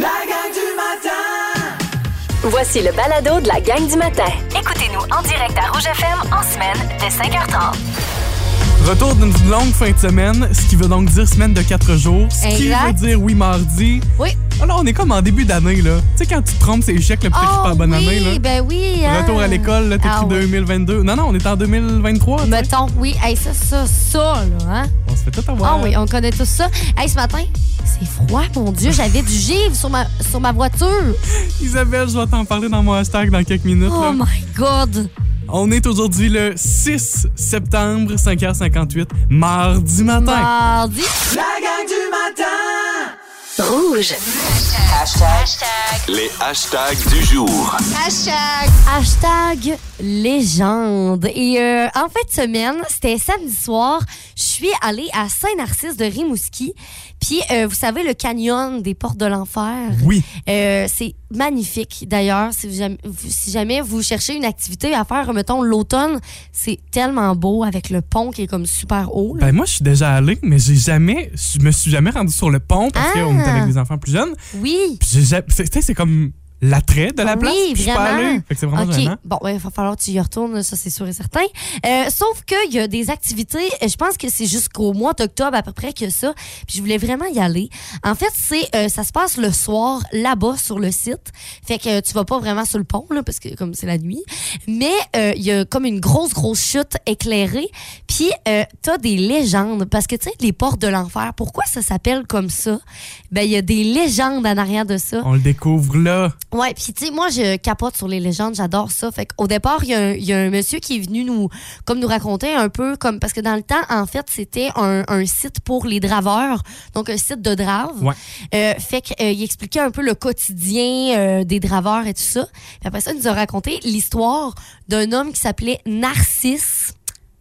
La gang du matin! Voici le balado de la gang du matin. Écoutez-nous en direct à Rouge FM en semaine dès 5h30. Retour d'une longue fin de semaine, ce qui veut donc dire semaine de 4 jours, ce qui Exact. veut dire oui mardi. Oui. Oh là, on est comme en début d'année, là. Tu sais, quand tu te trompes, c'est échec, le petit qui Oh, pas bonne oui, année, là. ben oui. hein. Retour à l'école, là, t'écris Ah, oui. 2022. Non, non, on est en 2023. tu sais. Mettons, oui, hey, ça, ça, ça, là, hein? On se fait tout avoir. Ah oui, on connaît tout ça. Hey, ce matin, c'est froid, mon Dieu, j'avais du givre sur ma, sur ma voiture. Isabelle, je vais t'en parler dans mon hashtag dans quelques minutes. Oh là. my God! On est aujourd'hui le 6 septembre, 5h58, mardi matin. Mardi! La gang du matin! Rouge. Les hashtags du jour. Hashtag légende. Et euh, en fin de semaine, c'était samedi soir, je suis allée à Saint-Narcisse de Rimouski. Puis, euh, vous savez, le canyon des Portes de l'Enfer. Oui. Euh, c'est magnifique. D'ailleurs, si vous jamais, vous- si jamais vous cherchez une activité à faire, mettons l'automne, c'est tellement beau avec le pont qui est comme super haut. là. Ben moi, je suis déjà allé, mais j'ai jamais, je me suis jamais rendu sur le pont parce Ah. qu'on était avec des enfants plus jeunes. Oui. Puis j'ai ja- c'est- tu sais, c'est comme l'attrait de la Oui, place. puis je suis pas vraiment. allée. Fait que c'est vraiment OK. gênant. Bon, il va falloir que tu y retournes, ça, c'est sûr et certain. Euh, sauf qu'il y a des activités, euh, je pense que c'est jusqu'au mois d'octobre à peu près que ça. Puis je voulais vraiment y aller. En fait, c'est euh, ça se passe le soir là-bas sur le site. Fait que euh, tu vas pas vraiment sur le pont, là, parce que comme c'est la nuit. Mais euh, il y a comme une grosse, grosse chute éclairée. Puis euh, t'as des légendes. Parce que, tu sais, les portes de l'enfer, pourquoi ça s'appelle comme ça? Ben, il y a des légendes en arrière de ça. On le découvre là. Ouais, puis tu sais, moi, je capote sur les légendes, j'adore ça. Fait qu'au départ, il y, a un- il y a un monsieur qui est venu nous, comme nous raconter un peu, comme parce que dans le temps, en fait, c'était un, un site pour les draveurs, donc un site de drave. Ouais. Euh, fait qu'il expliquait un peu le quotidien euh, des draveurs et tout ça. Puis après ça, il nous a raconté l'histoire d'un homme qui s'appelait Narcisse,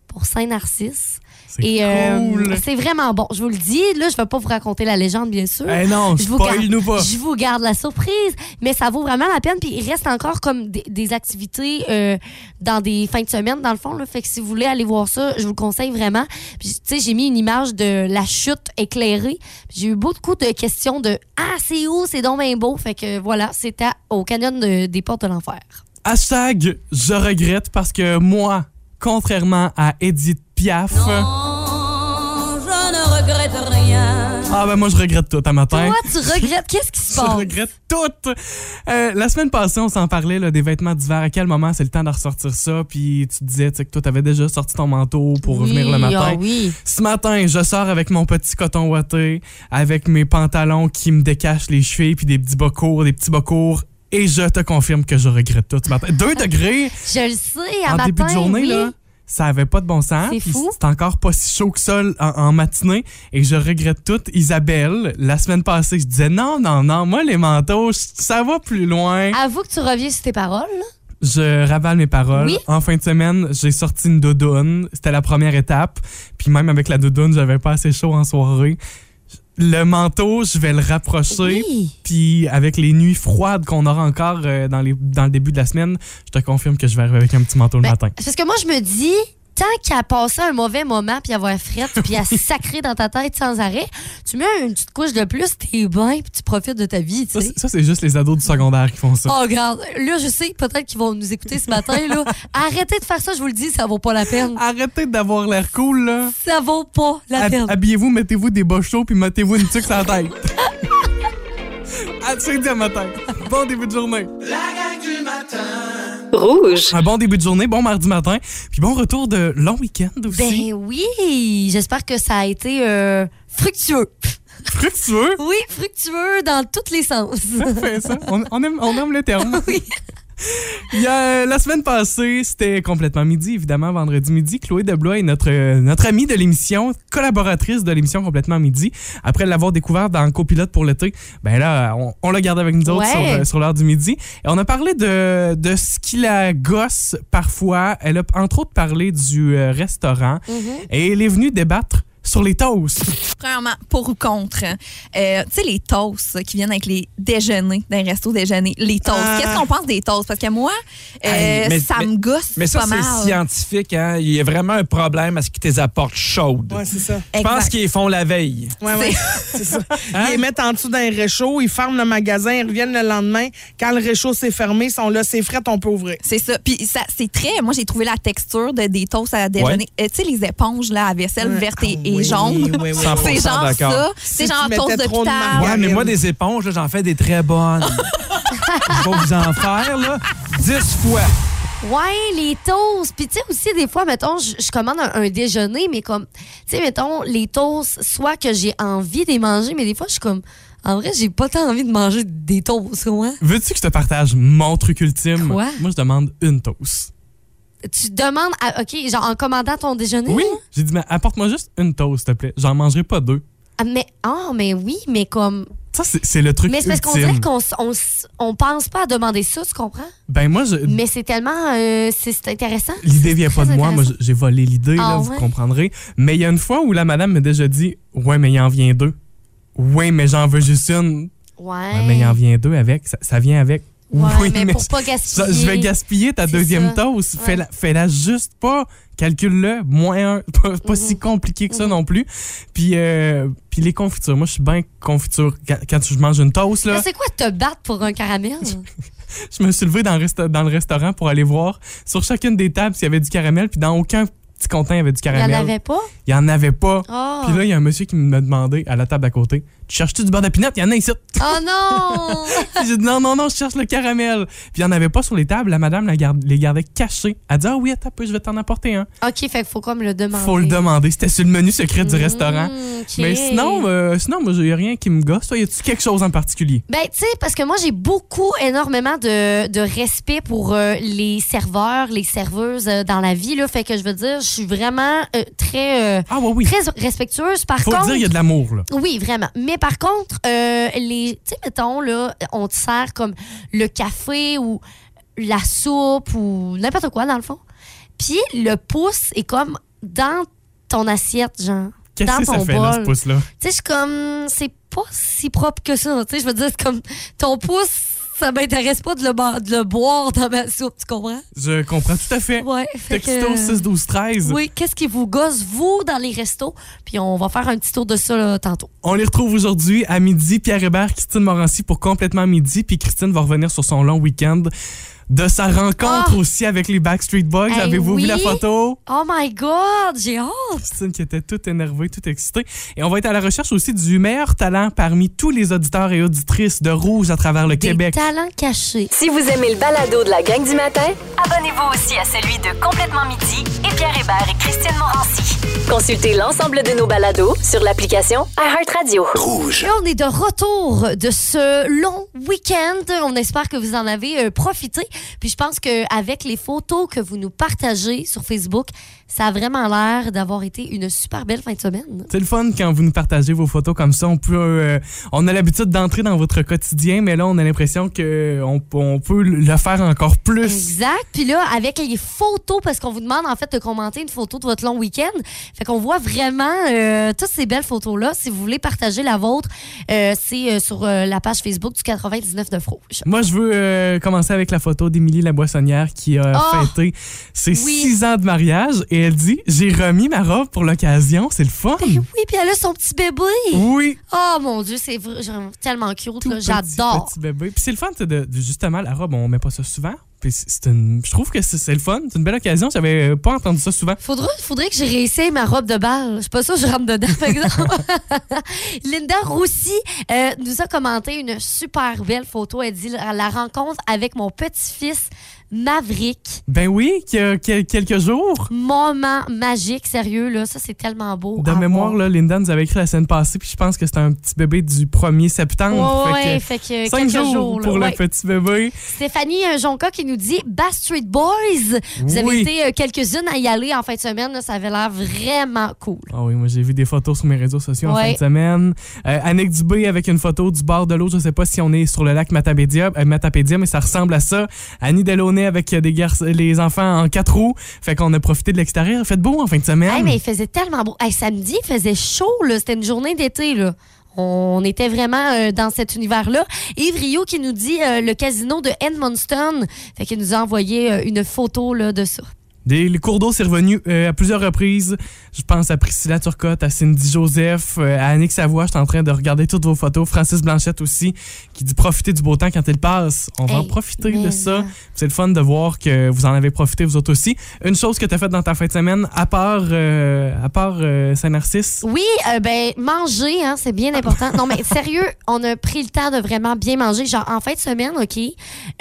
pour Saint-Narcisse. C'est Et euh, cool. c'est vraiment bon. Je vous le dis, là, je vais pas vous raconter la légende, bien sûr. Eh non, Je vous, garde, spoil-nous pas. je vous garde la surprise, mais ça vaut vraiment la peine. Puis il reste encore comme des, des activités euh, dans des fins de semaine, dans le fond. Là. Fait que si vous voulez aller voir ça, je vous le conseille vraiment. Puis, tu sais, j'ai mis une image de la chute éclairée. Puis J'ai eu beaucoup de questions de Ah, c'est où? C'est donc bien beau. Fait que voilà, c'était au canyon de- des Portes de l'Enfer. Hashtag, je regrette parce que moi, contrairement à Edith Piaf. Je ne regrette rien. Ah ben moi, je regrette tout à matin. Toi, tu regrettes? Qu'est-ce qui se Je passe? regrette tout. Euh, la semaine passée, on s'en parlait là, des vêtements d'hiver. À quel moment c'est le temps de ressortir ça? Puis tu te disais tu sais, que toi, t'avais déjà sorti ton manteau pour revenir le Oui, matin. ah oui. Ce matin, je sors avec mon petit coton ouaté, avec mes pantalons qui me décachent les chevilles, puis des petits bas courts, des petits bas courts. Et je te confirme que je regrette tout ce matin. 2 degrés Je le sais, à en matin, début de journée, oui. là. Ça avait pas de bon sens. C'est puis fou. C'est encore pas si chaud que ça en, en matinée. Et je regrette tout. Isabelle, la semaine passée, je disais non, non, non, moi, les manteaux, ça va plus loin. Avoue que tu reviens sur tes paroles. là. Je ravale mes paroles. Oui. En fin de semaine, j'ai sorti une doudoune. C'était la première étape. Puis même avec la doudoune, j'avais pas assez chaud en soirée. Le manteau, je vais le rapprocher. Oui. Puis avec les nuits froides qu'on aura encore euh, dans, les, dans le début de la semaine, je te confirme que je vais arriver avec un petit manteau le Ben, matin. c'est Parce que moi, je me dis, tant qu'à passer un mauvais moment, puis avoir frette, puis à sacrer dans ta tête sans arrêt, tu mets une petite couche de plus, t'es bien, puis tu profites de ta vie, tu Ça, sais. c'est- ça, c'est juste les ados du secondaire qui font ça. Oh, regarde, là, je sais, peut-être qu'ils vont nous écouter ce matin, là. Arrêtez de faire ça, je vous le dis, ça vaut pas la peine. Arrêtez d'avoir l'air cool, là. Ça vaut pas la Hab- peine. Habillez-vous, mettez-vous des bas chauds, puis mettez-vous une tuque sur la tête. à c'est dit à matin. Bon début de journée. La gang du matin! Rouge. Un bon début de journée, bon mardi matin, puis bon retour de long week-end aussi. Ben oui, j'espère que ça a été euh, fructueux. Fructueux. Oui, fructueux dans tous les sens. Parfait, ça. On, on aime, on aime le terme. Oui. Il y a, euh, la semaine passée, c'était complètement midi, évidemment, vendredi midi. Chloé Deblois est notre, euh, notre amie de l'émission, collaboratrice de l'émission Complètement Midi. Après l'avoir découvert dans Copilote pour l'été, ben là, on, on l'a gardé avec nous autres Ouais. sur, euh, sur l'heure du midi. Et on a parlé de, de ce qui la gosse parfois. Elle a entre autres parlé du euh, restaurant. Et elle est venue débattre sur les toasts? Premièrement, pour ou contre, euh, tu sais, les toasts qui viennent avec les déjeuners, d'un resto déjeuner, les toasts. Ah. Qu'est-ce qu'on pense des toasts? Parce que moi, euh, Hey, mais- ça mais- me gosse Mais ça, pas c'est mal. scientifique. Hein? Il y a vraiment un problème à ce qu'ils te les apportent chaudes. c'est ça. Je pense Hein? Exact. qu'ils les font la veille. Ouais, ouais, c'est ça. Ils les mettent en dessous d'un réchaud, ils ferment le magasin, ils reviennent le lendemain. Quand le réchaud s'est fermé, ils sont là, c'est frais, on peut ouvrir. C'est ça. Puis ça, c'est très. Moi, j'ai trouvé la texture de, des toasts à déjeuner. Euh, tu sais, les éponges là, à vaisselle Ouais. verte et, Ah et oui, jaune. oui, oui. C'est 100% genre d'accord. ça. Si C'est genre tu toast mettais trop de Ah d'hôpital. margarine. Ouais, mais moi, des éponges, là, j'en fais des très bonnes. Je vais vous en faire, là, 10 fois. Ouais, les toasts. Puis tu sais aussi, des fois, mettons, je je commande un, un déjeuner, mais comme, tu sais, mettons, les toasts, soit que j'ai envie de les manger, mais des fois, je suis comme, en vrai, j'ai pas tant envie de manger des toasts, hein. ouais. Veux-tu que je te partage mon truc ultime? Quoi? Moi, je demande une toast. Tu demandes, à- OK, genre en commandant ton déjeuner? Oui? là? J'ai dit, mais apporte-moi juste une toast, s'il te plaît. J'en mangerai pas deux. Ah, mais, ah, mais oui, mais comme. Ça, c'est c'est le truc Mais c'est parce qu'on ultime. dirait qu'on s- on, s- on pense pas à demander ça, tu comprends? Ben moi, je- Mais c'est tellement. euh, c'est c'est intéressant. l'idée vient c'est pas de très moi. Moi, j'ai volé l'idée, Ah là, vous ouais? comprendrez. Mais il y a une fois où la madame m'a déjà dit, ouais, mais il en vient deux. Ouais, mais j'en veux juste une. Ouais, Ouais. mais il en vient deux avec. Ça, ça vient avec. Ouais, oui, mais, pour pas Ça, gaspiller. je vais gaspiller ta C'est deuxième ça. toast. Ouais. Fais-la fais-la juste pas. Calcule-le. Moins un. Pas, pas Mhm. si compliqué que ça non plus. Puis, euh, puis les confitures. Moi, je suis bien confiture. Quand, quand je mange une toast, Mais là, C'est quoi te battre pour un caramel? je me suis levé dans le, resta- dans le restaurant pour aller voir sur chacune des tables s'il y avait du caramel. Puis dans aucun petit contenant, il y avait du Il n'y en caramel. avait pas? Il y en avait pas. Oh, Puis là, il y a un monsieur qui me demandait à la table d'à côté Tu cherches-tu du beurre de pinot Il y en a ici. oh non! Puis j'ai dit non, non, non, je cherche le caramel. Puis il n'y en avait pas sur les tables. La madame la garde- les gardait cachés. Elle dit ah oui, attends, un peu, je vais t'en apporter un. OK, fait qu'il faut comme le demander. Faut le demander. C'était sur le menu secret du Mmh, restaurant. OK. Mais sinon, euh, sinon moi, j'ai rien qui me gosse. Toi, y a-tu quelque chose en particulier? Ben, tu sais, parce que moi, j'ai beaucoup, énormément de, de respect pour euh, les serveurs, les serveuses euh, dans la vie. Là. Fait que je veux dire, je suis vraiment euh, très, euh, Ah, ouais, oui. très respectueuse. Par Faut le contre, dire, il y a de l'amour, là. Oui, vraiment. Mais par contre, euh, les, tu sais, mettons, là, on te sert comme le café ou la soupe ou n'importe quoi, dans le fond. Puis le pouce est comme dans ton assiette, genre. Qu'est-ce dans que ton ça fait, là, ce bol. Tu pouce-là? sais, je suis comme, c'est pas si propre que ça. Tu sais, je veux dire, c'est comme ton pouce, ça m'intéresse pas de le, ba- de le boire dans ma soupe, tu comprends? Je comprends tout à fait. Ouais. fait que- Texto 6, 12, 13. Oui, qu'est-ce qui vous gosse, vous, dans les restos? Puis on va faire un petit tour de ça là, tantôt. On les retrouve aujourd'hui à midi. Pierre Hébert, Christine Morancy pour complètement midi. Puis Christine va revenir sur son long week-end de sa rencontre Ah! aussi avec les Backstreet Boys. Eh Avez-vous vu oui! la photo? Oh my God, j'ai hâte! Christine qui était toute énervée, toute excitée. Et on va être à la recherche aussi du meilleur talent parmi tous les auditeurs et auditrices de Rouge à travers le Des Québec. talents cachés. Si vous aimez le balado de la gang du matin, abonnez-vous aussi à celui de Complètement Midi et Pierre Hébert et Christine Morancy. Consultez l'ensemble de nos balados sur l'application iHeartRadio. Rouge. Là, on est de retour de ce long week-end. On espère que vous en avez euh, profité. Puis je pense qu'avec les photos que vous nous partagez sur Facebook, ça a vraiment l'air d'avoir été une super belle fin de semaine. C'est le fun quand vous nous partagez vos photos comme ça. On peut, euh, on a l'habitude d'entrer dans votre quotidien, mais là, on a l'impression que on, on peut le faire encore plus. Exact. Puis là, avec les photos, parce qu'on vous demande en fait de commenter une photo de votre long week-end. Fait qu'on voit vraiment euh, toutes ces belles photos-là. Si vous voulez partager la vôtre, euh, c'est euh, sur euh, la page Facebook du 99 de Frouge. Moi, je veux euh, commencer avec la photo d'Émilie Laboissonnière qui a Oh! fêté ses Oui. six ans de mariage et elle dit J'ai remis ma robe pour l'occasion, c'est le fun. Ben Oui, puis elle a son petit bébé. Oui, Oh mon Dieu, c'est vra- genre tellement cute, Hmm. tout là. petit, j'adore. petit bébé. Puis c'est le fun c'est de, de- justement la robe, on met pas ça souvent. Puis c'est c'est une, je trouve que c'est c'est le fun, c'est une belle occasion. J'avais euh, pas entendu ça souvent. Faudrait, faudrait que je réessaye ma robe de bal. Je suis pas sûre que je rentre dedans, par exemple. Linda Roussy euh, nous a commenté une super belle photo. Elle dit la la rencontre avec mon petit-fils Maverick. Ben oui, qu'il y a quel- quelques jours. Moment magique, sérieux, là. Ça, c'est tellement beau. De Oh, à mémoire, voir. là, Linda nous avait écrit la semaine passée, puis je pense que c'était un petit bébé du 1er septembre. Ouais, hein? Fait que ouais, fait que cinq quelques jours, jours, là, pour ouais. le petit bébé. Stéphanie euh, Jonca qui nous dit Bastard Boys. Vous avez Oui. été euh, quelques-unes à y aller en fin de semaine. là. ça avait l'air vraiment cool. Ah oui, moi j'ai vu des photos sur mes réseaux sociaux en Ouais. fin de semaine. Euh, Annick Dubé avec une photo du bord de l'eau, je sais pas si on est sur le lac Matapédia, euh, Matapédia mais ça ressemble à ça. Annie Delaunay promenait avec euh, des garçons, les enfants en quatre roues. Fait qu'on a profité de l'extérieur. Il Fait beau en fin de semaine. Hey, mais il faisait tellement beau. Hey, samedi, il faisait chaud, là. C'était une journée d'été, là. On était vraiment euh, dans cet univers-là. Yves Rio qui nous dit euh, le casino de Edmonton. Fait qu'il nous a envoyé euh, une photo là, de ça. Des, le cours d'eau s'est revenu euh, à plusieurs reprises. Je pense à Priscilla Turcotte, à Cindy Joseph, euh, à Annick Savoie. Je suis en train de regarder toutes vos photos. Francis Blanchette aussi, qui dit profiter du beau temps quand il passe. On va Hey, en profiter mais de ça. non. C'est le fun de voir que vous en avez profité vous autres aussi. Une chose que tu as faite dans ta fin de semaine, à part, euh, à part euh, Saint-Narcisse, Oui, euh, ben manger, hein, c'est bien important. Non, mais sérieux, on a pris le temps de vraiment bien manger. Genre, en fin de semaine, OK,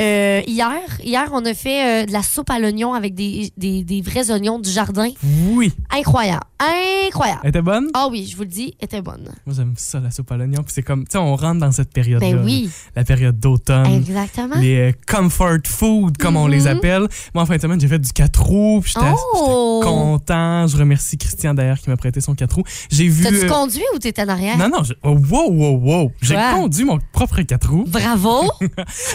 euh, hier, hier, on a fait euh, de la soupe à l'oignon avec des, des, des vrais oignons du jardin. oui, Incroyable, incroyable. elle était bonne. Ah oui, je vous le dis, était bonne. Moi, j'aime ça, la soupe à l'oignon. Puis c'est comme, tu sais, on rentre dans cette période-là. Ben oui, La période d'automne. exactement. les euh, comfort food, comme on Mhm. les appelle. Moi, en fin de semaine, j'ai fait du 4 roues, puis j'étais Oh! j'étais content. Je remercie Christian, d'ailleurs, qui m'a prêté son 4 roues. J'ai vu... T'as-tu euh, conduit ou t'étais en arrière? non, non, j'ai- oh, wow, wow, wow. J'ai Quoi? conduit mon propre 4 roues. Bravo!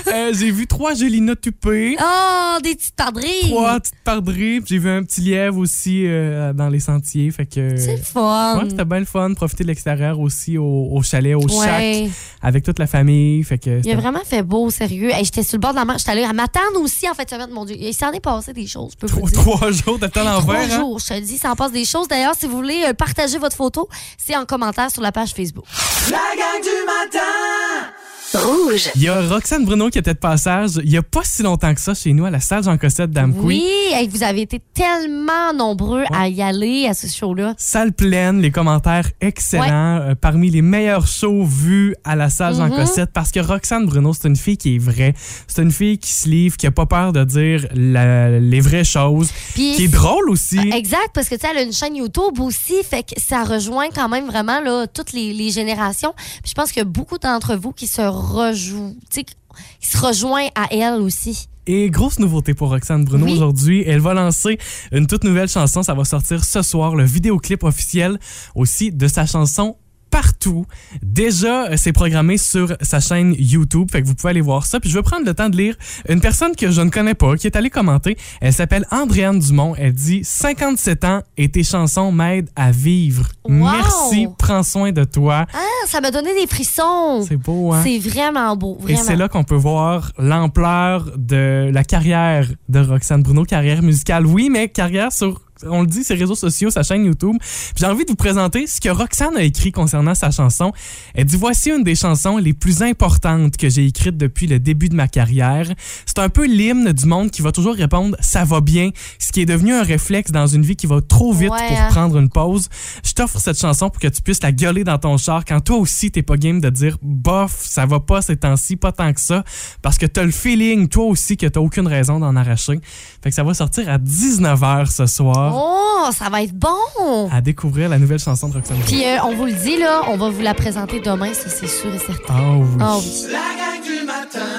Euh, j'ai vu trois Gélinas tupées, Oh, des petites padrilles! trois petites pardrées, puis j'ai vu un petit lièvre aussi euh, dans les sentiers. Fait que... C'est le fun! Ouais, c'était bien le fun. Profiter de l'extérieur aussi au, au chalet, au Ouais. chac, avec toute la famille. Fait que Il a c'était- vraiment fait beau, sérieux. Hey, J'étais sur le bord de la mer. J'étais allée à Matane aussi en fait de semaine. Mon Dieu, il s'en est passé des choses. Je peux trois, vous le dire. trois jours de temps en Trois l'envers. hein. jours, je te le dis, ça en passe des choses. D'ailleurs, si vous voulez euh, partager votre photo, c'est en commentaire sur la page Facebook. La gang du matin. Rouge. Il y a Roxane Bruno qui était de passage il y a pas si longtemps que ça chez nous à la salle Jean-Cossette d'Amqui. Oui, hey, vous avez été tellement nombreux à y aller à ce show-là. Salle pleine, les commentaires excellents, euh, parmi les meilleurs shows vus à la salle Jean-Cossette, parce que Roxane Bruno, c'est une fille qui est vraie. C'est une fille qui se livre, qui a pas peur de dire la- les vraies choses, Puis- qui est drôle Ah, aussi. Exact, parce que tu sais, elle a une chaîne YouTube aussi, fait que ça rejoint quand même vraiment là, toutes les, les générations. Puis je pense qu'il y a beaucoup d'entre vous qui se rejouent, tu sais, qui se rejoignent à elle aussi. Et grosse nouveauté pour Roxane Bruno Oui. aujourd'hui, elle va lancer une toute nouvelle chanson. Ça va sortir ce soir, le vidéoclip officiel aussi de sa chanson Partout. Déjà, euh, c'est programmé sur sa chaîne YouTube, fait que vous pouvez aller voir ça. Puis je vais prendre le temps de lire une personne que je ne connais pas, qui est allée commenter. Elle s'appelle Andréane Dumont. Elle dit 57 ans et tes chansons m'aident à vivre. Wow! Merci, prends soin de toi. Ah, ça m'a donné des frissons. C'est beau, hein? C'est vraiment beau, Et vraiment. c'est là qu'on peut voir l'ampleur de la carrière de Roxane Bruno, carrière musicale, oui, mais carrière sur, on le dit, ses réseaux sociaux, sa chaîne YouTube. Puis J'ai envie de vous présenter ce que Roxane a écrit concernant sa chanson. Elle dit Voici une des chansons les plus importantes que j'ai écrites depuis le début de ma carrière. C'est un peu l'hymne du monde qui va toujours répondre Ça va bien, ce qui est devenu un réflexe dans une vie qui va trop vite Ouais, pour hein. prendre une pause. Je t'offre cette chanson pour que tu puisses la gueuler dans ton char quand toi aussi t'es pas game de dire bof, ça va pas ces temps-ci, pas tant que ça, parce que t'as le feeling toi aussi que t'as aucune raison d'en arracher. Fait que ça va sortir à 19h ce soir Oh, ça va être bon. à découvrir la nouvelle chanson de Roxane. Puis euh, on vous le dit là, on va vous la présenter demain, ça c'est sûr et certain. Ah oui. Ah oui. La gang du matin.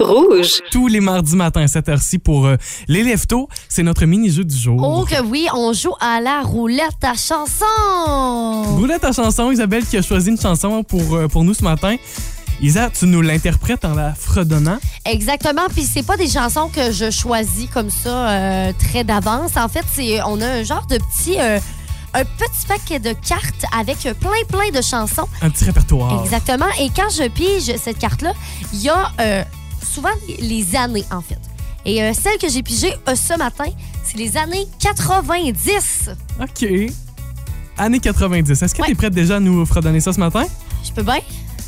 Rouge. Tous les mardis matins à cette heure-ci pour euh, les lève-tôt, c'est notre mini-jeu du jour. Oh que oui, on joue à la roulette à chanson. Roulette ta chanson, Isabelle qui a choisi une chanson pour, euh, pour nous ce matin. Isa, tu nous l'interprètes en la fredonnant. Exactement, puis c'est pas des chansons que je choisis comme ça euh, très d'avance. En fait, c'est on a un genre de petit euh, un petit paquet de cartes avec plein plein de chansons. Un petit répertoire. Exactement. Et quand je pige cette carte-là, il y a euh, souvent les années, en fait. Et euh, celle que j'ai pigée euh, ce matin, c'est les années 90. OK. Année 90. Est-ce que Ouais. t'es prête déjà à nous fredonner ça ce matin? Je peux bien?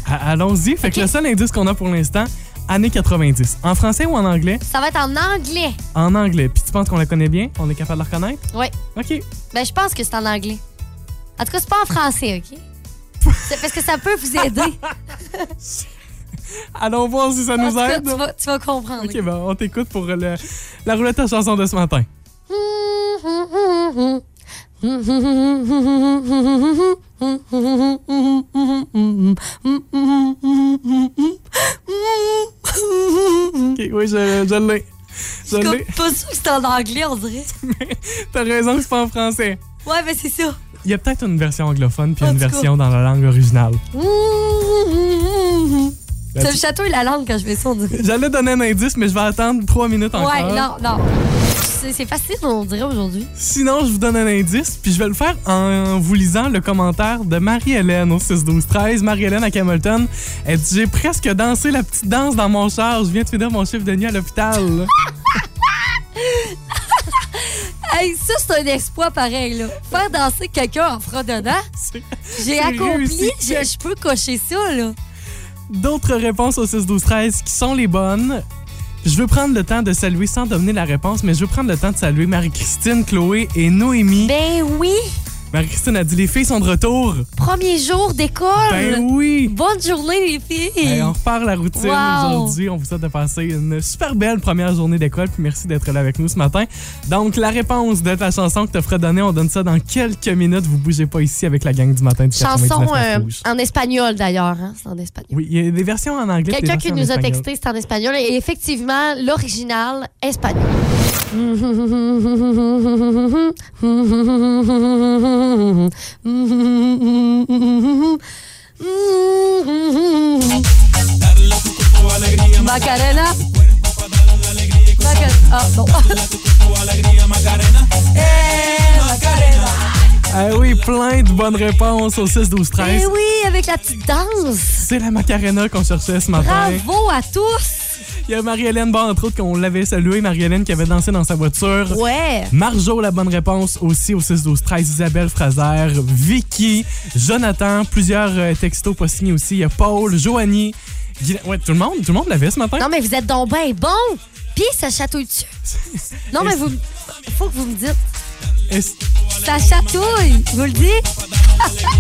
A- Allons-y. Fait OK. que le seul indice qu'on a pour l'instant, année 90. En français ou en anglais? Ça va être en anglais. En anglais. Puis tu penses qu'on la connaît bien? On est capable de la reconnaître? Ouais. OK. Ben, je pense que c'est en anglais. En tout cas, c'est pas en français, OK? C'est parce que ça peut vous aider. Allons voir si ça En nous tout cas, aide. tu, vas, tu vas comprendre. OK, ben on t'écoute pour le- la roulette à chanson de ce matin. OK, oui, je, je l'ai. Je Comme, l'ai. pas sûr que c'est en anglais, on dirait. T'as raison que c'est pas en français. Ouais, ben c'est ça. Il y a peut-être une version anglophone puis En une tout cas. version dans la langue originale. Ça me chatouille la langue quand je fais ça, on dirait. J'allais donner un indice, mais je vais attendre trois minutes encore. Ouais, non, non. C'est c'est facile, on dirait aujourd'hui. Sinon, je vous donne un indice, puis je vais le faire en vous lisant le commentaire de Marie-Hélène au 6-12-13. Marie-Hélène à Camelton, elle dit « J'ai presque dansé la petite danse dans mon char. Je viens de finir mon chiffre de nuit à l'hôpital. Hey, ça, c'est un exploit pareil, là. Faire danser quelqu'un en fredonnant, C'est- j'ai accompli, réussi. j'ai- je peux cocher ça, là. » D'autres réponses au 6-12-13 qui sont les bonnes. Je veux prendre le temps de saluer, sans donner la réponse, mais je veux prendre le temps de saluer Marie-Christine, Chloé et Noémie. Ben oui, Marie-Christine a dit « Les filles sont de retour. premier jour d'école. Ben oui! Ben, Bonne journée, les filles. Hey, on repart la routine Wow. aujourd'hui. On vous souhaite de passer une super belle première journée d'école. Puis merci d'être là avec nous ce matin. Donc, la réponse de la chanson que te ferait donner, on donne ça dans quelques minutes. Vous bougez pas ici avec la gang du matin du Chanson 99 euh, Rouge. en espagnol, d'ailleurs. hein, C'est en espagnol. Oui, il y a des versions en anglais. puis des Quelqu'un qui versions en nous a espagnol. texté, c'est en espagnol. Et effectivement, l'original espagnol. Macarena. Maca- Ah, non. Ah oui, plein de bonnes réponses au 6, 12, 13. Eh oui, avec la petite danse. C'est la Macarena qu'on cherchait ce matin. Bravo à tous. Il y a Marie-Hélène, bon, entre autres, qu'on l'avait saluée. Marie-Hélène qui avait dansé dans sa voiture. Ouais. Marjo, la bonne réponse aussi au 6-12-13. Isabelle Fraser, Vicky, Jonathan, plusieurs euh, textos pas signés aussi. Il y a Paul, Joanie. Guy- Ouais, tout le monde, tout le monde l'avait ce matin. Non, mais vous êtes donc bien bon. Puis ça chatouille dessus. Non, mais vous. Faut que vous me dites. Est-ce que Ça chatouille. Vous le dites?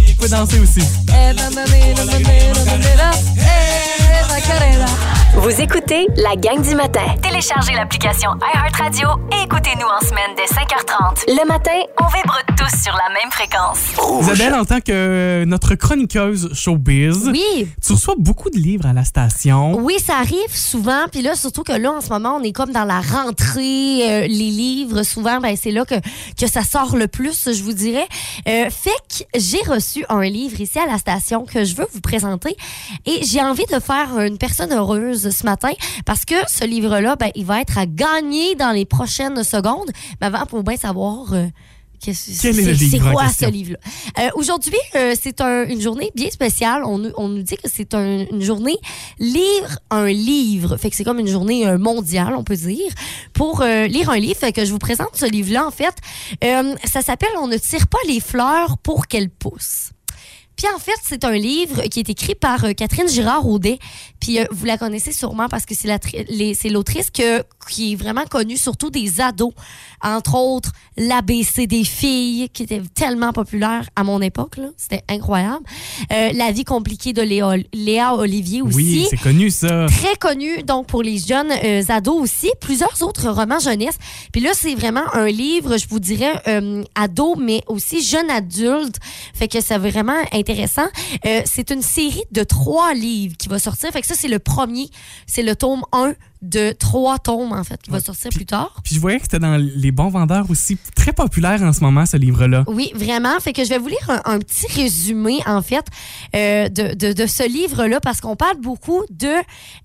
tu peux danser aussi? Eh, ma, ma, ma, ma, ma, ma, ma, ma, ma. Eh, Macarena. Vous écoutez la gang du matin. Téléchargez l'application iHeartRadio et écoutez-nous en semaine dès 5h30. Le matin, on vibre tous sur la même fréquence. Oh, Isabelle, en tant que euh, notre chroniqueuse showbiz, Oui. tu reçois beaucoup de livres à la station. Oui, ça arrive souvent. Puis là, surtout que là, en ce moment, on est comme dans la rentrée. euh, les livres, souvent, ben, c'est là que, que ça sort le plus, je vous dirais. Euh, fait que j'ai reçu un livre ici à la station que je veux vous présenter. Et j'ai envie de faire une personne heureuse ce matin parce que ce livre-là, ben, il va être à gagner dans les prochaines secondes. Mais avant, pour bien savoir... euh, qu'est-ce- Quel est le c'est- c'est livre en quoi ce question? livre-là? Euh, Aujourd'hui, euh, c'est un- une journée bien spéciale. On, nous- on nous dit que c'est un- une journée lire un livre. Fait que c'est comme une journée euh, mondiale, on peut dire, pour euh, lire un livre. Fait que je vous présente ce livre-là, en fait. Euh, ça s'appelle On ne tire pas les fleurs pour qu'elles poussent. Puis en fait, c'est un livre qui est écrit par euh, Catherine Girard-Audet. Puis euh, vous la connaissez sûrement parce que c'est la tri- les- c'est l'autrice que- qui est vraiment connue surtout des ados. Entre autres, l'ABC des filles, qui était tellement populaire à mon époque. là. C'était incroyable. Euh, la vie compliquée de Léa, Léa Olivier aussi Oui, c'est connu ça. très connu donc pour les jeunes euh, ados aussi, plusieurs autres romans jeunesse. Puis là, c'est vraiment un livre, je vous dirais, euh, ado, mais aussi jeune adulte. Fait que c'est vraiment intéressant. Euh, c'est une série de trois livres qui va sortir. Fait que ça, c'est le premier. C'est le tome 1 de trois tomes, en fait, qui va sortir plus tard. Puis je voyais que c'était dans les bons vendeurs aussi. Très populaire en ce moment, ce livre-là. Oui, vraiment. Fait que je vais vous lire un, un petit résumé, en fait, euh, de, de, de ce livre-là, parce qu'on parle beaucoup de,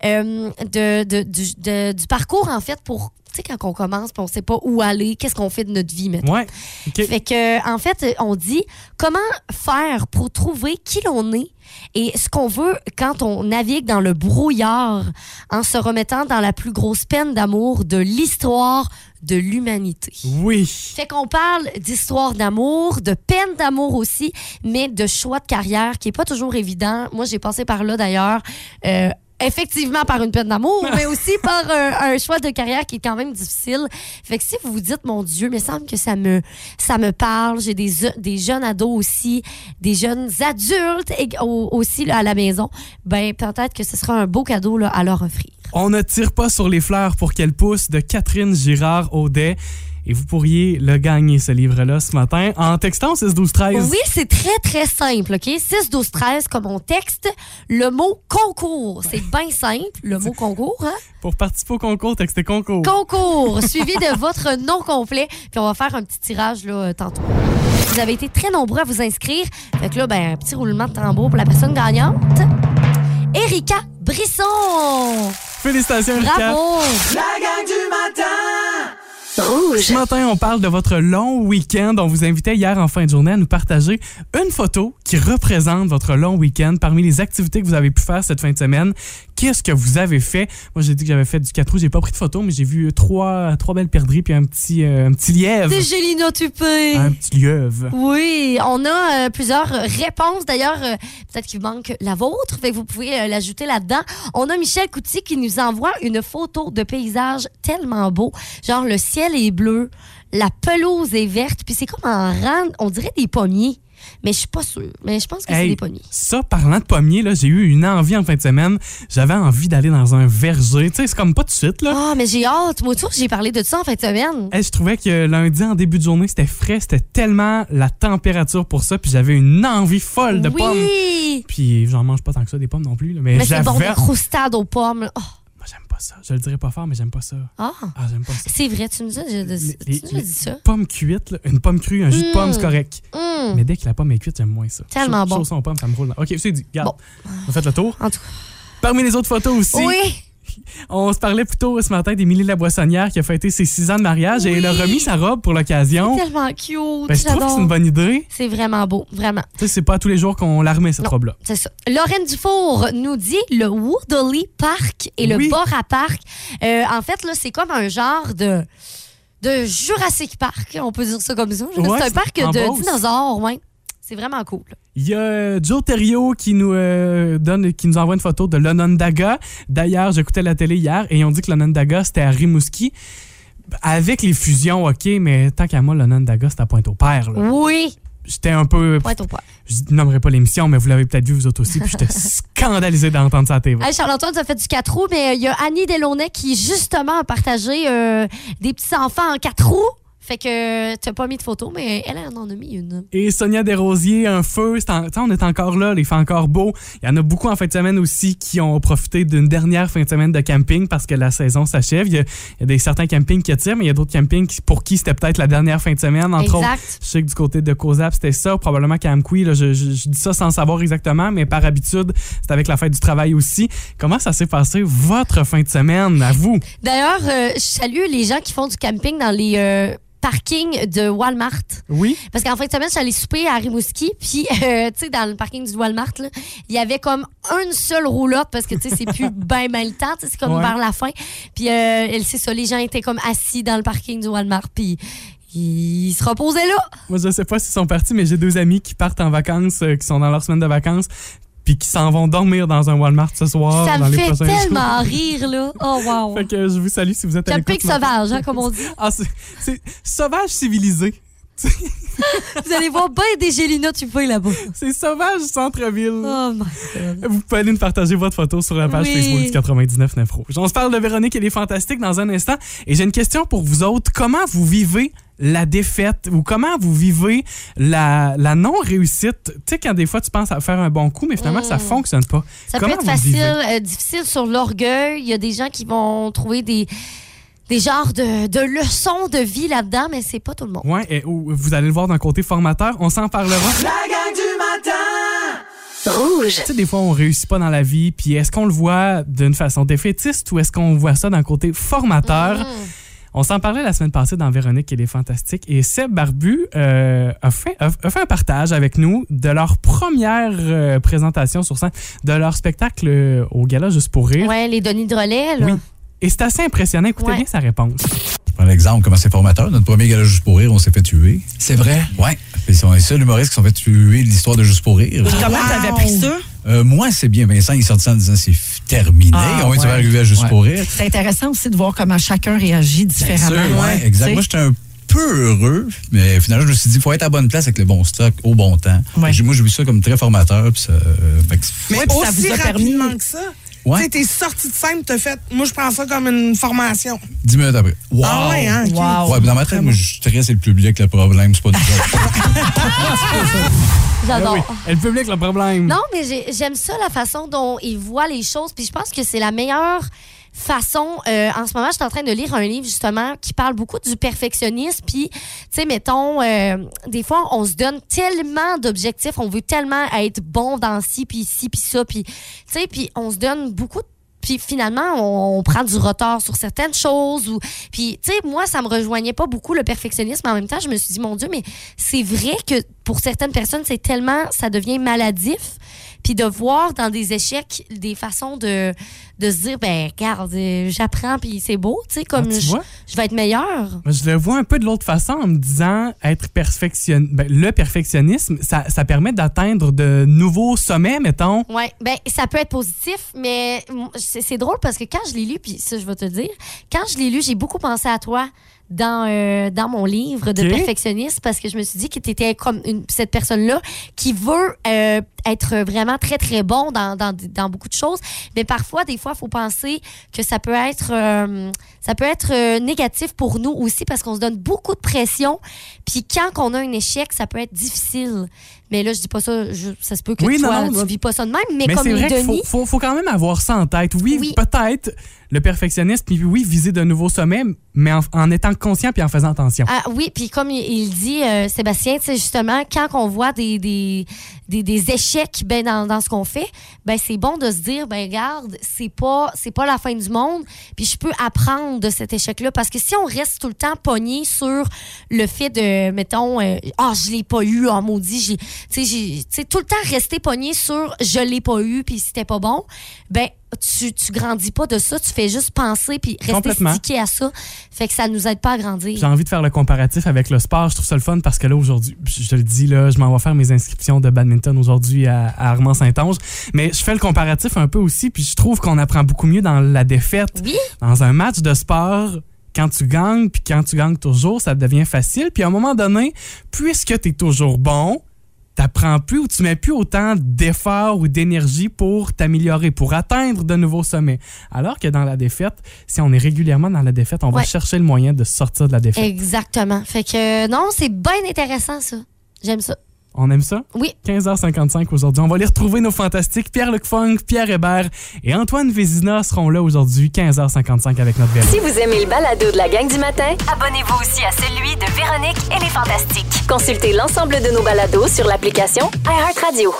euh, de, de- du, de- du parcours, en fait, pour, tu sais, quand on commence, puis on sait pas où aller, qu'est-ce qu'on fait de notre vie, maintenant. Ouais. OK. Fait que, en fait, on dit comment faire pour trouver qui l'on est et ce qu'on veut quand on navigue dans le brouillard en se remettant dans la plus grosse peine d'amour de l'histoire de l'humanité. Oui. Fait qu'on parle d'histoire d'amour, de peine d'amour aussi, mais de choix de carrière qui est pas toujours évident. Moi, j'ai passé par là d'ailleurs. euh, Effectivement par une peine d'amour, mais aussi par un, un choix de carrière qui est quand même difficile. Fait que si vous vous dites, mon Dieu, mais semble que ça me, ça me parle. J'ai des, des jeunes ados aussi, des jeunes adultes et, au- aussi là, à la maison. Ben, peut-être que ce sera un beau cadeau là, à leur offrir. On ne tire pas sur les fleurs pour qu'elles poussent de Catherine Girard Audet. Et vous pourriez le gagner, ce livre-là, ce matin, en textant 6 12 13 Oui, c'est très, très simple, OK? 6, 12, 13, comme on texte, le mot concours. C'est bien simple, le mot concours, hein? Pour participer au concours, textez concours. Concours, suivi de votre nom complet. Puis on va faire un petit tirage, là, euh, tantôt. Vous avez été très nombreux à vous inscrire. Fait que là, ben, un petit roulement de tambour pour la personne gagnante. Erika Brisson! Félicitations, Richard. Bravo! La gang du matin Rouge. Ce matin, on parle de votre long week-end. On vous invitait hier en fin de journée à nous partager une photo qui représente votre long week-end parmi les activités que vous avez pu faire cette fin de semaine. Qu'est-ce que vous avez fait? Moi, j'ai dit que j'avais fait du 4 roues. J'ai pas pris de photo, mais j'ai vu trois, trois belles perdrix puis un petit, euh, un petit lièvre. C'est Gélina Tupé! Un petit lièvre. Oui, on a euh, plusieurs réponses. D'ailleurs, euh, peut-être qu'il manque la vôtre, fait que vous pouvez euh, l'ajouter là-dedans. On a Michel Couty qui nous envoie une photo de paysage tellement beau. Genre, le ciel est bleu, la pelouse est verte, puis c'est comme en rang, on dirait des pommiers. Mais je suis pas sûre. Mais je pense que c'est Hey, des pommiers. Ça, parlant de pommiers, là, j'ai eu une envie en fin de semaine. J'avais envie d'aller dans un verger. Tu sais, c'est comme pas de suite, là. Ah, mais j'ai hâte. Moi, tu vois, j'ai parlé de ça en fin de semaine. Hey, je trouvais que lundi, en début de journée, c'était frais, c'était tellement la température pour ça, puis j'avais une envie folle de pommes. oui! Puis j'en mange pas tant que ça, des pommes non plus, là, mais, Mais c'est j'avais... bon, des croustades aux pommes. là. Oh, Moi, j'aime pas ça. Je le dirais pas fort, mais j'aime pas ça. ah. Ah, j'aime pas ça. C'est vrai, tu nous as déjà dit, Les- tu nous as les- dit ça. Pommes cuites, là, une pomme crue, un jus de pomme, c'est Mm. correct. Hum. Mais dès que la pomme est cuite, j'aime moins ça. Tellement bon. Chausson aux pommes, ça me roule. dans- OK, c'est dit. Regarde, on a fait le tour. En tout cas. Parmi les autres photos aussi, Oui. on se parlait plus tôt ce matin d'Émilie Laboissonnière qui a fêté ses six ans de mariage et Oui. elle a remis sa robe pour l'occasion. Tellement cute. Oh. Ben, je trouve que j'adore. c'est une bonne idée. C'est vraiment beau, vraiment. Tu sais, c'est pas tous les jours qu'on la remet, cette Non. robe-là. C'est ça. Lorraine Dufour nous dit le Woodley Park et le Oui. Bora Park. Euh, en fait, là, c'est comme un genre de de Jurassic Park, on peut dire ça comme ça. Ouais, c'est un c'est parc en de Beauce. dinosaures, ouais. C'est vraiment cool. Il y a euh, Joe Terrio qui nous, euh, donne, qui nous envoie une photo de l'Onondaga. D'ailleurs, j'écoutais la télé hier et on dit que l'Onondaga, c'était à Rimouski. Avec les fusions, OK, mais tant qu'à moi, l'Onondaga, c'était à Pointe-au-Père. Mm. là. Oui, J'étais un peu... point au point. Je nommerai pas l'émission, mais vous l'avez peut-être vu vous autres aussi, puis j'étais scandalisé d'entendre ça à la TV. Hey, Charles-Antoine, tu as fait du 4 roues, mais euh, il y a Annie Delaunay qui, justement, a partagé euh, des petits enfants en 4 roues. Fait que tu n'as pas mis de photo, mais elle elle en a mis une. Et Sonia Desrosiers, un feu, c'est en- tu sais, on est encore là, il fait encore beau. Il y en a beaucoup en fin de semaine aussi qui ont profité d'une dernière fin de semaine de camping parce que la saison s'achève. Il y a, il y a des certains campings qui attirent, mais il y a d'autres campings qui- pour qui c'était peut-être la dernière fin de semaine, entre autres. exact. Je sais que du côté de COSAP, c'était ça. Probablement qu'à Amqui, là, je, je- je dis ça sans savoir exactement, mais par habitude, c'est avec la fête du travail aussi. Comment ça s'est passé votre fin de semaine à vous? D'ailleurs, euh, je salue les gens qui font du camping dans les euh, parkings de Walmart. Oui? Parce qu'en fin de semaine, j'allais souper à Rimouski, puis, euh, tu sais, dans le parking du Walmart, là, il y avait comme une seule roulotte, parce que, tu sais, c'est plus ben, ben le temps, tu sais, c'est comme Ouais. vers la fin. Puis, euh, elle- c'est ça, les gens étaient comme assis dans le parking du Walmart, puis ils se reposaient là. Moi, je sais pas s'ils sont partis, mais j'ai deux amis qui partent en vacances, euh, qui sont dans leur semaine de vacances, puis qui s'en vont dormir dans un Walmart ce soir. ça Ah, dans me les fait prochains tellement rire, là. Oh, wow. jours. Fait que je vous salue si vous êtes à Camping l'écoute ce matin. sauvage, hein, comme on dit. Ah, c'est- c'est sauvage civilisé. Vous allez voir ben des Gélina, tu peux là-bas. C'est sauvage centre-ville. Oh, my God. Vous pouvez aller nous partager votre photo sur la page Oui. Facebook du 99 9 Rouge. On se parle de Véronique et les Fantastiques dans un instant. Et j'ai une question pour vous autres. Comment vous vivez la défaite ou comment vous vivez la, la non-réussite? Tu sais, quand des fois tu penses à faire un bon coup, mais finalement, ça fonctionne pas. Mm. Ça Comment peut être vous le facile, vivez? euh, difficile sur l'orgueil. Il y a des gens qui vont trouver des, des genres de, de leçons de vie là-dedans, mais c'est pas tout le monde. Ouais, et, ou- vous allez le voir d'un côté formateur. On s'en parlera. La gang du matin Rouge. Tu sais, des fois, on réussit pas dans la vie, puis est-ce qu'on le voit d'une façon défaitiste ou est-ce qu'on voit ça d'un côté formateur? Mm. On s'en parlait la semaine passée dans Véronique et les Fantastiques, et Seb Barbu euh, a, fait, a, a fait un partage avec nous de leur première euh, présentation sur scène, de leur spectacle euh, au gala Juste pour rire. Ouais, les Denis de relais, là. Oui. Et c'est assez impressionnant. Écoutez Ouais. bien sa réponse. Je prends l'exemple comment c'est formateur. Notre premier gala Juste pour rire, on s'est fait tuer. C'est vrai? Ouais. Puis c'est les seuls humoristes qui se sont fait tuer de l'histoire de Juste pour rire. Comment t'avais pris ça? Euh, moi, c'est bien Vincent, il est sorti ça en disant c'est f- terminé. Ah, on va être ouais. arriver à Juste Ouais. pour rire. C'est intéressant aussi de voir comment chacun réagit différemment. Sûr, ouais, exact. Moi, Tu sais, j'étais un peu heureux, mais finalement, je me suis dit, il faut être à la bonne place avec le bon stock au bon temps. Ouais. J'ai- Moi, j'ai vu ça comme très formateur. Puis ça, euh, fait que- Mais puis ça aussi vous a permis- rapidement que ça. Ouais. Tu sais, t'es sorti de scène, t'as fait. Moi, je prends ça comme une formation. Dix minutes après. Wow! Ah ouais, hein? ok. Wow. Ouais, puis dans ma tête, moi, je dirais c'est le public le problème, c'est pas nous autres. J'adore. Ah oui, elle public le problème. Non, mais j'ai- j'aime ça, la façon dont ils voient les choses. Puis je pense que c'est la meilleure façon. Euh, en ce moment, je suis en train de lire un livre justement qui parle beaucoup du perfectionnisme. Puis, tu sais, mettons, euh, des fois, on se donne tellement d'objectifs, on veut tellement être bon dans ci, puis ci, puis ça, puis, tu sais, puis on se donne beaucoup de puis finalement, on, on prend du retard sur certaines choses. Ou, puis, tu sais, moi, ça me rejoignait pas beaucoup le perfectionnisme. En même temps, je me suis dit, mon Dieu, mais c'est vrai que pour certaines personnes, c'est tellement, ça devient maladif. Puis de voir dans des échecs des façons de, de se dire, ben, regarde, euh, j'apprends, puis c'est beau, tu sais, comme Ah, tu je, vois? je vais être meilleur. Mais Je le vois un peu de l'autre façon en me disant être perfectionn... ben, le perfectionnisme, ça, ça permet d'atteindre de nouveaux sommets, mettons. Oui, ben ça peut être positif, mais m- c'est c'est drôle parce que quand je l'ai lu, puis ça, je vais te le dire, quand je l'ai lu, j'ai beaucoup pensé à toi dans, euh, dans mon livre de Ok. perfectionniste parce que je me suis dit que tu étais comme une- cette personne-là qui veut euh, être vraiment très, très bon dans, dans, dans beaucoup de choses. Mais parfois, des fois, il faut penser que ça peut être, euh, ça peut être euh, négatif pour nous aussi parce qu'on se donne beaucoup de pression. Puis quand on a un échec, ça peut être difficile. Mais là, je dis pas ça, je- ça se peut que Oui, non, toi, non, tu non. vis pas ça de même, mais, comme c'est les vrai qu'il Denis. faut, faut- faut quand même avoir ça en tête. Oui, peut-être le perfectionnisme, puis oui, viser de nouveaux sommets, mais en, en étant conscient puis en faisant attention. Ah, oui, puis comme il- il dit, euh, Sébastien, tu sais, justement, quand on voit des, des, des, des échecs ben, dans, dans ce qu'on fait, ben, c'est bon de se dire, ben, regarde, c'est pas, c'est pas la fin du monde, puis je peux apprendre de cet échec-là. Parce que si on reste tout le temps pogné sur le fait de, mettons, euh, ah, je l'ai pas eu, oh maudit, j'ai, tu sais, j'ai- tu sais, tout le temps rester pogné sur je l'ai pas eu, puis c'était pas bon, ben, tu, tu grandis pas de ça, tu fais juste penser puis rester Complètement. stické à ça. Fait que ça nous aide pas à grandir. J'ai envie de faire le comparatif avec le sport. Je trouve ça le fun parce que là, aujourd'hui, je te le dis, là, je m'en vais faire mes inscriptions de badminton aujourd'hui à, à Armand-Saint-Onge. Mais je fais le comparatif un peu aussi, puis je trouve qu'on apprend beaucoup mieux dans la défaite. Oui. Dans un match de sport, quand tu gagnes, puis quand tu gagnes toujours, ça devient facile. Puis à un moment donné, puisque tu es toujours bon, t'apprends plus ou tu mets plus autant d'efforts ou d'énergie pour t'améliorer, pour atteindre de nouveaux sommets. Alors que dans la défaite, si on est régulièrement dans la défaite, on va Ouais. chercher le moyen de sortir de la défaite. Exactement. Fait que euh, non, c'est bien intéressant ça. J'aime ça. On aime ça? Oui. 15h55 aujourd'hui. On va aller retrouver nos fantastiques Pierre-Luc Funk, Pierre Hébert et Antoine Vézina seront là aujourd'hui, 15h55 avec notre vélo. Si vous aimez le balado de la gang du matin, abonnez-vous aussi à celui de Véronique et les Fantastiques. Consultez l'ensemble de nos balados sur l'application iHeartRadio.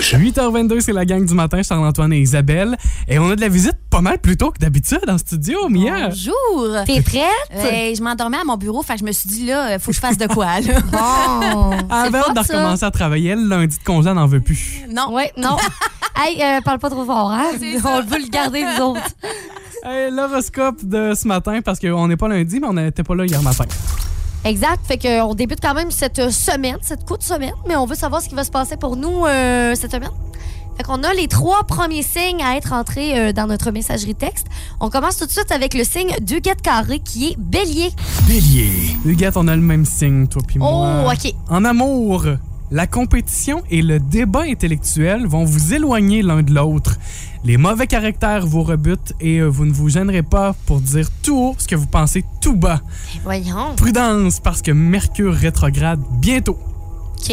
8h22, c'est la gang du matin, Charles-Antoine et Isabelle. Et on a de la visite pas mal plus tôt que d'habitude en studio, Mia. Bonjour! Euh, T'es prête? je m'endormais à mon bureau, fait que je me suis dit, là, faut que je fasse de quoi, là. Bon! Avant de recommencer à travailler, le lundi de congé, on n'en veut plus. Non. Ouais, non. hey, euh, parle pas trop fort, hein? On veut le garder, nous autres. Hey, L'horoscope de ce matin, parce qu'on n'est pas lundi, mais on n'était pas là hier matin. Exact. Fait que, euh, on débute quand même cette euh, semaine, cette courte semaine, mais on veut savoir ce qui va se passer pour nous euh, cette semaine. Fait qu'on a les trois premiers signes à être entrés euh, dans notre messagerie texte. On commence tout de suite avec le signe du guet carré qui est bélier. Bélier. Huguette, on a le même signe, toi puis moi. Oh, ok. En amour, la compétition et le débat intellectuel vont vous éloigner l'un de l'autre. Les mauvais caractères vous rebutent et euh, vous ne vous gênerez pas pour dire tout haut ce que vous pensez tout bas. Voyons. Prudence, parce que Mercure rétrograde bientôt. OK.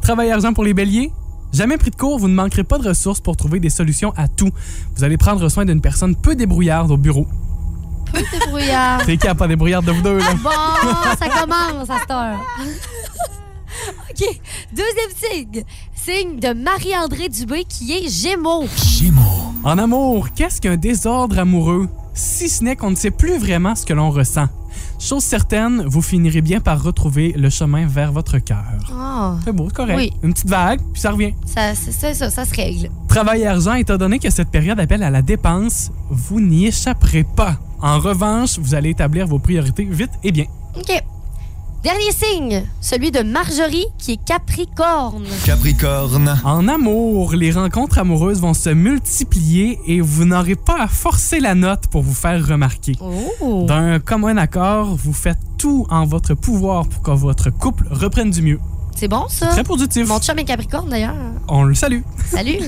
Travail argent pour les béliers. Jamais pris de cours, vous ne manquerez pas de ressources pour trouver des solutions à tout. Vous allez prendre soin d'une personne peu débrouillarde au bureau. Peu de brouillard. C'est qui a pas débrouillarde de vous deux, là? Bon, ça commence à cette heure. OK. Deuxième signe. Signe de Marie-André Dubé qui est Gémeaux. En amour, qu'est-ce qu'un désordre amoureux, si ce n'est qu'on ne sait plus vraiment ce que l'on ressent? Chose certaine, vous finirez bien par retrouver le chemin vers votre cœur. Oh. C'est beau, c'est correct. Oui. Une petite vague, puis ça revient. Ça, c'est ça, ça, ça se règle. Travail et argent, étant donné que cette période appelle à la dépense, vous n'y échapperez pas. En revanche, vous allez établir vos priorités vite et bien. OK. Dernier signe, celui de Marjorie qui est Capricorne. ben, Capricorne. En amour, les rencontres amoureuses vont se multiplier et vous n'aurez pas à forcer la note pour vous faire remarquer. Oh, D'un commun accord, vous faites tout en votre pouvoir pour que votre couple reprenne du mieux. C'est bon, ça? Très positif. Ah. Mon chum est Capricorne, d'ailleurs. On le salue. Salut!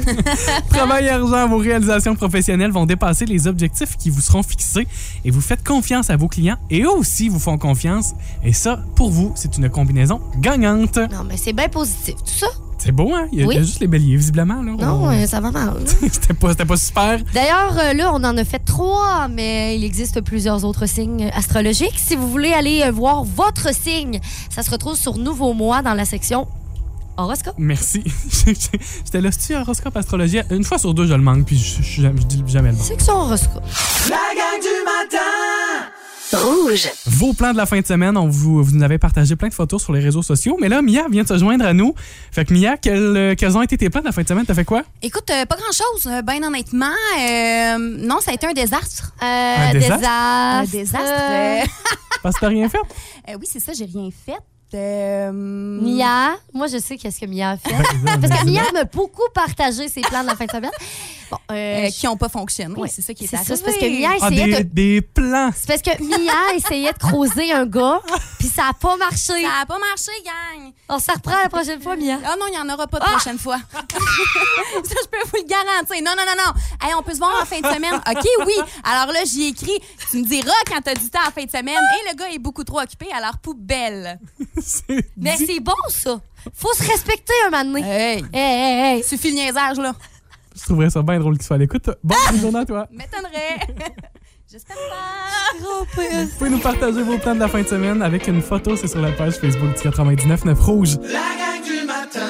Travail et argent, vos réalisations professionnelles vont dépasser les objectifs qui vous seront fixés et vous faites confiance à vos clients et eux aussi vous font confiance. Et ça, pour vous, c'est une combinaison gagnante. non, mais c'est bien positif, tout ça. C'est beau, hein? Il y, a, Oui. il y a juste les béliers, visiblement. Là. Non, On- euh, ça va mal. C'était pas, c'était pas super. D'ailleurs, euh, là, on en a fait trois, mais il existe plusieurs autres signes astrologiques. Si vous voulez aller euh, voir votre signe, ça se retrouve sur Nouveau Mois dans la section horoscope. Merci. J'étais là, c'est-tu horoscope astrologie? Une fois sur deux, je le manque, puis je, je- je dis jamais le bon. Section horoscope. La gang du matin! Rouge. Vos plans de la fin de semaine, on vous, vous nous avez partagé plein de photos sur les réseaux sociaux, mais là, Mia vient de se joindre à nous. Fait que Mia, quels, euh, quels ont été tes plans de la fin de semaine? T'as fait quoi? Écoute, euh, pas grand-chose, euh, ben honnêtement. Euh, non, ça a été un désastre. Euh, Un désastre? désastre. Ah, Un désastre. Euh, Parce que t'as rien fait? euh, oui, c'est ça, j'ai rien fait. Euh, Mia, moi je sais qu'est-ce que Mia a fait. Parce que Mia m'a beaucoup partagé ses plans de la fin de semaine. Bon, euh, euh, qui n'ont pas fonctionné. Ouais, C'est ça qui est, c'est ça, arrivé. c'est parce que Mia Ah, des, essayait de... des plans. C'est parce que Mia essayait de croiser un gars, puis ça a pas marché. Ça a pas marché, gang. On se reprend la prochaine fois, Mia. Ah non, il n'y en aura pas de prochaine fois. ça, je peux vous le garantir. Non, non, non, non. Hey, on peut se voir en fin de semaine. OK, oui. Alors là, j'y ai écrit. Tu me diras quand t'as du temps en fin de semaine. Et le gars est beaucoup trop occupé, alors poubelle. Mais Eh, c'est bon, ça. Faut se respecter un moment donné. Hey. Hey, hey, hey. Suffit le niaisage, là. Je trouverais ça bien drôle qu'il soit à l'écoute. Bonne journée à toi. M'étonnerait. J'espère Vous pouvez nous partager vos plans de la fin de semaine avec une photo, c'est sur la page Facebook du 99.9 Rouge. La gang du matin!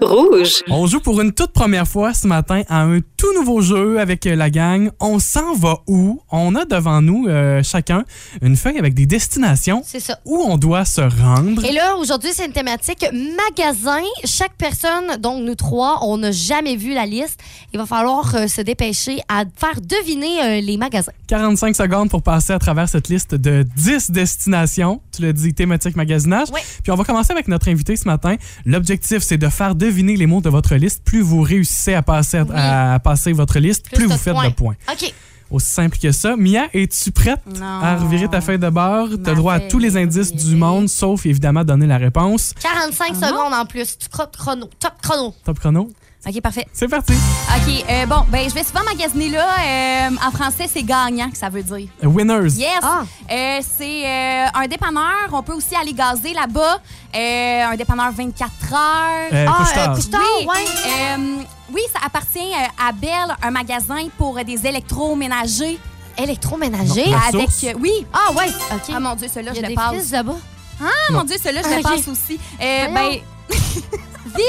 Rouge. On joue pour une toute première fois ce matin à un tout nouveau jeu avec euh, la gang. On s'en va où? On a devant nous euh, chacun une feuille avec des destinations C'est ça. où on doit se rendre. Et là, aujourd'hui, c'est une thématique magasin. Chaque personne, donc nous trois, on n'a jamais vu la liste. Il va falloir euh, se dépêcher à faire deviner euh, les magasins. 45 secondes pour passer à travers cette liste de 10 destinations. Tu l'as dit, thématique magasinage. Puis on va commencer avec notre invité ce matin. L'objectif, c'est de faire deviner les mots de votre liste. Plus vous réussissez à passer, à passer votre liste, plus, t'as vous de faites points. de points. OK. Aussi simple que ça. Mia, es-tu prête Non. à revirer ta feuille de bord? T'as droit à feuille tous les indices du monde, sauf évidemment donner la réponse. 45 Ah secondes en plus. Tu crois chrono. Top chrono. Top chrono. OK, parfait. C'est parti. OK, euh, bon, ben je vais souvent magasiner là. Euh, en français, c'est gagnant que ça veut dire. Winners. Yes! Ah. Euh, c'est euh, un dépanneur. On peut aussi aller gazer là-bas. Euh, un dépanneur 24 heures. Euh, Ah, couche-tard. euh, couche-tard, oui. Euh, oui, ça appartient euh, à Belle, un magasin pour euh, des électroménagers. Électroménager? Non, la Avec, source? euh, oui. Ah, ouais. OK. Ah, mon Dieu, celui-là, Il y je a des le passe. fils là-bas. Ah, Non. mon Dieu, celui-là, je Ah, le ok. passe aussi. Euh, ben, Voyons. vite!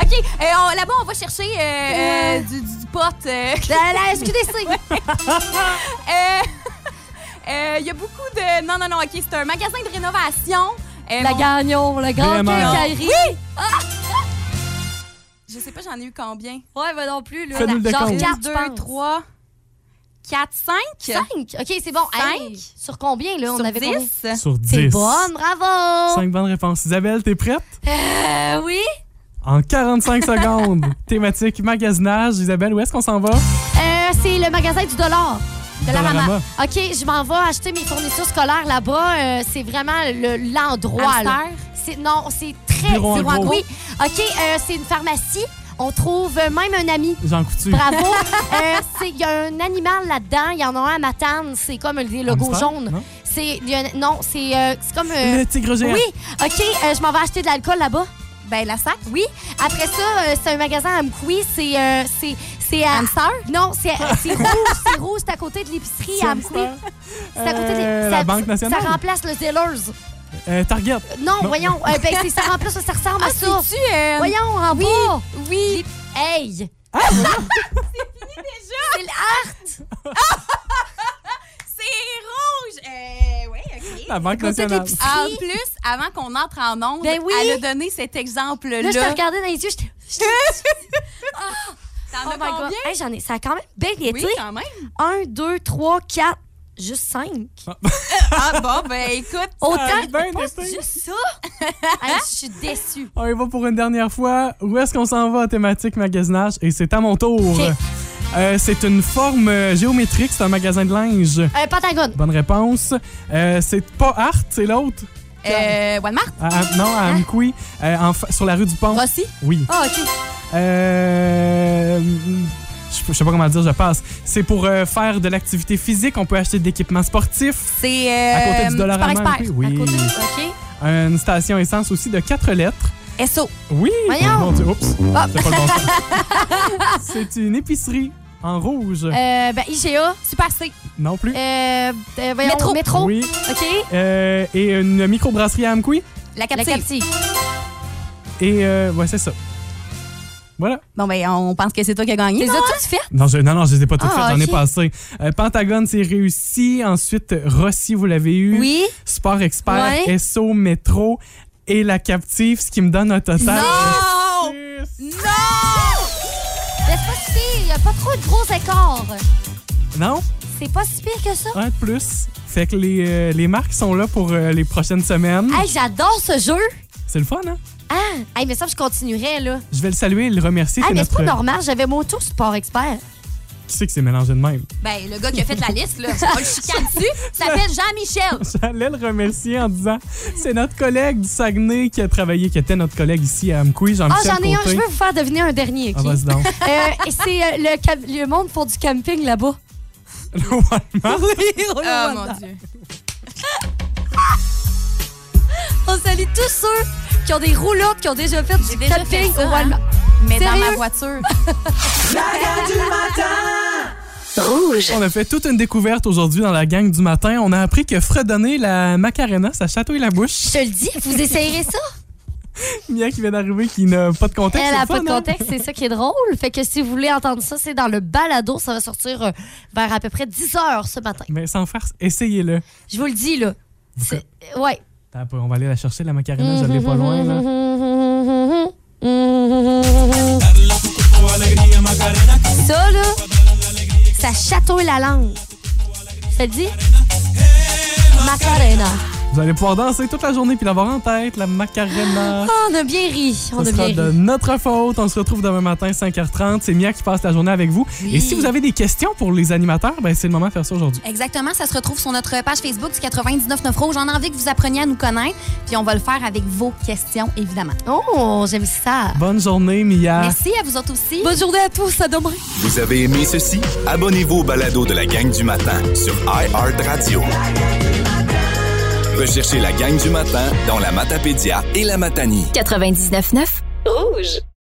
OK, euh, on- là-bas, on va chercher euh, euh, du, du- du pot. euh. La, la SQDC. Euh, euh, Il y a beaucoup de. Non, non, non, OK, c'est un magasin de rénovation. Euh, la mon- Gagnon, la grande Vraiment. quincaillerie. Je sais pas, j'en ai eu combien? Ouais, mais non plus. Là, Fais-nous le Genre décompte. 4, 2, 3, 4, 5. 5. OK, c'est bon. Hey, sur combien, là? on sur avait combien? 10. Sur 10. C'est bonne, bravo! 5 bonnes réponses. Isabelle, t'es prête? Euh, oui? En 45 secondes. Thématique magasinage. Isabelle, où est-ce qu'on s'en va? Euh, c'est le magasin du dollar. De la Dollarama. maman. OK, je m'en vais acheter mes fournitures scolaires là-bas. Euh, c'est vraiment le- l'endroit. là. Hamster? C'est- Non, c'est très... Bureau en c'est- gros. Oui. OK, euh, c'est une pharmacie. On trouve même un ami. Jean Coutu. Bravo. Euh, c'est- Il y a un animal là-dedans. Il y en a un à Matane. C'est comme le logo Hamster, jaune. non? C'est il y a un- Non, c'est euh, c'est comme... euh, Le tigre géant. Oui, OK, euh, je m'en vais acheter de l'alcool là-bas. Ben, la sac. Oui. Après ça, euh, c'est un magasin à Amkoui. C'est. euh, c'est. C'est à. Hamster? Non, c'est euh, c'est rouge. C'est rouge. C'est à côté de l'épicerie à Amkoui. C'est à côté de. Euh, la ça- Banque nationale? Ça remplace le Zellers. Euh, Target. Non, Non. voyons. euh, ben, c'est- ça remplace, ça ressemble à ça. tu euh, Voyons, en oui. bas. Oui. Hey! C'est l'art. C'est rouge. Euh, oui, OK. La Banque côté de nationale. l'épicerie. En plus, avant qu'on entre en onde, Ben oui. elle a donné cet exemple-là. Ah! Là, je te regardais dans les yeux. j'étais- T'en Oh as my God. combien? Hey, j'en ai. Ça a quand même bien Oui, été. quand même. 1, 2, 3, 4, juste 5. Ah bon, ben écoute. Autant. a bien pas été. juste ça. Hey, Je suis déçue. On y va pour une dernière fois. Où est-ce qu'on s'en va, thématique magasinage? Et c'est à mon tour. OK. Euh, c'est une forme euh, géométrique, c'est un magasin de linge. Euh, Pentagone. Bonne réponse. Euh, c'est pas Art, c'est l'autre. Euh, Walmart? À- à- non, à Hein? Amqui, euh, en fa- sur la rue du Pont. Rossi? Oui. Ah, OK. Euh, je je sais pas comment le dire, je passe. C'est pour euh, faire de l'activité physique. On peut acheter de l'équipement sportif. C'est. Euh, à côté du Dollarama. Sport Expert. Oui. À côté, OK. Une station essence aussi de quatre lettres. SO. Oui! Oh Voyons. Mon Dieu, oups! Ah. C'est pas le bon sens. C'est une épicerie en rouge. Euh, ben, IGA. Super C. Non plus. Euh, euh, voyons, métro. Oui. OK. Euh, et une microbrasserie à Amqui. La captive. Et euh, ouais, c'est ça. Voilà. Bon, ben, on pense que c'est toi qui as gagné. Les non, as hein? tous fait? Non, je, non, non, je les ai pas toutes Ah, faites, j'en ai ok. passé. Euh, Pentagone, c'est réussi. Ensuite, Rossi, vous l'avez eu. Oui. Sport Expert, Ouais. SO, Métro et La Captive, ce qui me donne un total. Non! Non! Mais c'est pas si pire. Il n'y a pas trop de gros écarts. Non? C'est pas si pire que ça. Un de plus. Fait que les, euh, les marques sont là pour euh, les prochaines semaines. Hey, j'adore ce jeu. C'est le fun, hein? Ah, hey, mais ça, je continuerais, là. Je vais le saluer et le remercier. Ah, c'est mais c'est notre... pas normal. J'avais mon tour sport expert. Qui c'est que c'est mélangé de même? Ben, le gars qui a fait la liste, là, on le chicane dessus, il s'appelle Jean-Michel. J'allais le remercier en disant c'est notre collègue du Saguenay qui a travaillé, qui était notre collègue ici à Amqui, Ah, Jean-Michel. j'en ai un. Côté. Je veux vous faire deviner un dernier. Ah, OK? vas-y donc. Euh, et c'est euh, le, cam- le monde pour du camping là-bas. Oui, Oh Ah, mon Dieu. On salue tous ceux qui ont des roulottes, qui ont déjà fait du déjà fait camping au ça, hein. Walmart. Mais dans Sérieux? ma voiture. Rouge. On a fait toute une découverte aujourd'hui dans la gang du matin. On a appris que fredonner la Macarena, ça chatouille la bouche. Je te le dis, vous essayerez ça. Mia qui vient d'arriver, qui n'a pas de contexte. Elle c'est a le pas fun, de hein? contexte, c'est ça qui est drôle. Fait que si vous voulez entendre ça, c'est dans le balado. Ça va sortir euh, vers à peu près 10 heures ce matin. Mais sans farce, essayez-le. Je vous le dis, là. C'est- euh, Ouais. T'as pas- On va aller la chercher, la Macarena, je l'ai Mm-hmm, pas loin. Là. Ça, là, ça chatouille la langue. Ça te dit? Macarena. Vous allez pouvoir danser toute la journée puis l'avoir en tête, la Macarena. Ah, on a bien ri. On Ce a sera bien de ri. notre faute. On se retrouve demain matin, 5h30. C'est Mia qui passe la journée avec vous. Et si vous avez des questions pour les animateurs, ben, c'est le moment de faire ça aujourd'hui. Exactement, ça se retrouve sur notre page Facebook du 99.9 Rouge. J'en ai envie que vous appreniez à nous connaître, puis on va le faire avec vos questions, évidemment. Oh, j'aime ça. Bonne journée, Mia. Merci à vous autres aussi. Bonne journée à tous, à demain. Vous avez aimé ceci? Abonnez-vous au balado de la gang du matin sur iHeartRadio. Recherchez la gang du matin dans la Matapédia et la Matanie. 99.9 Rouge.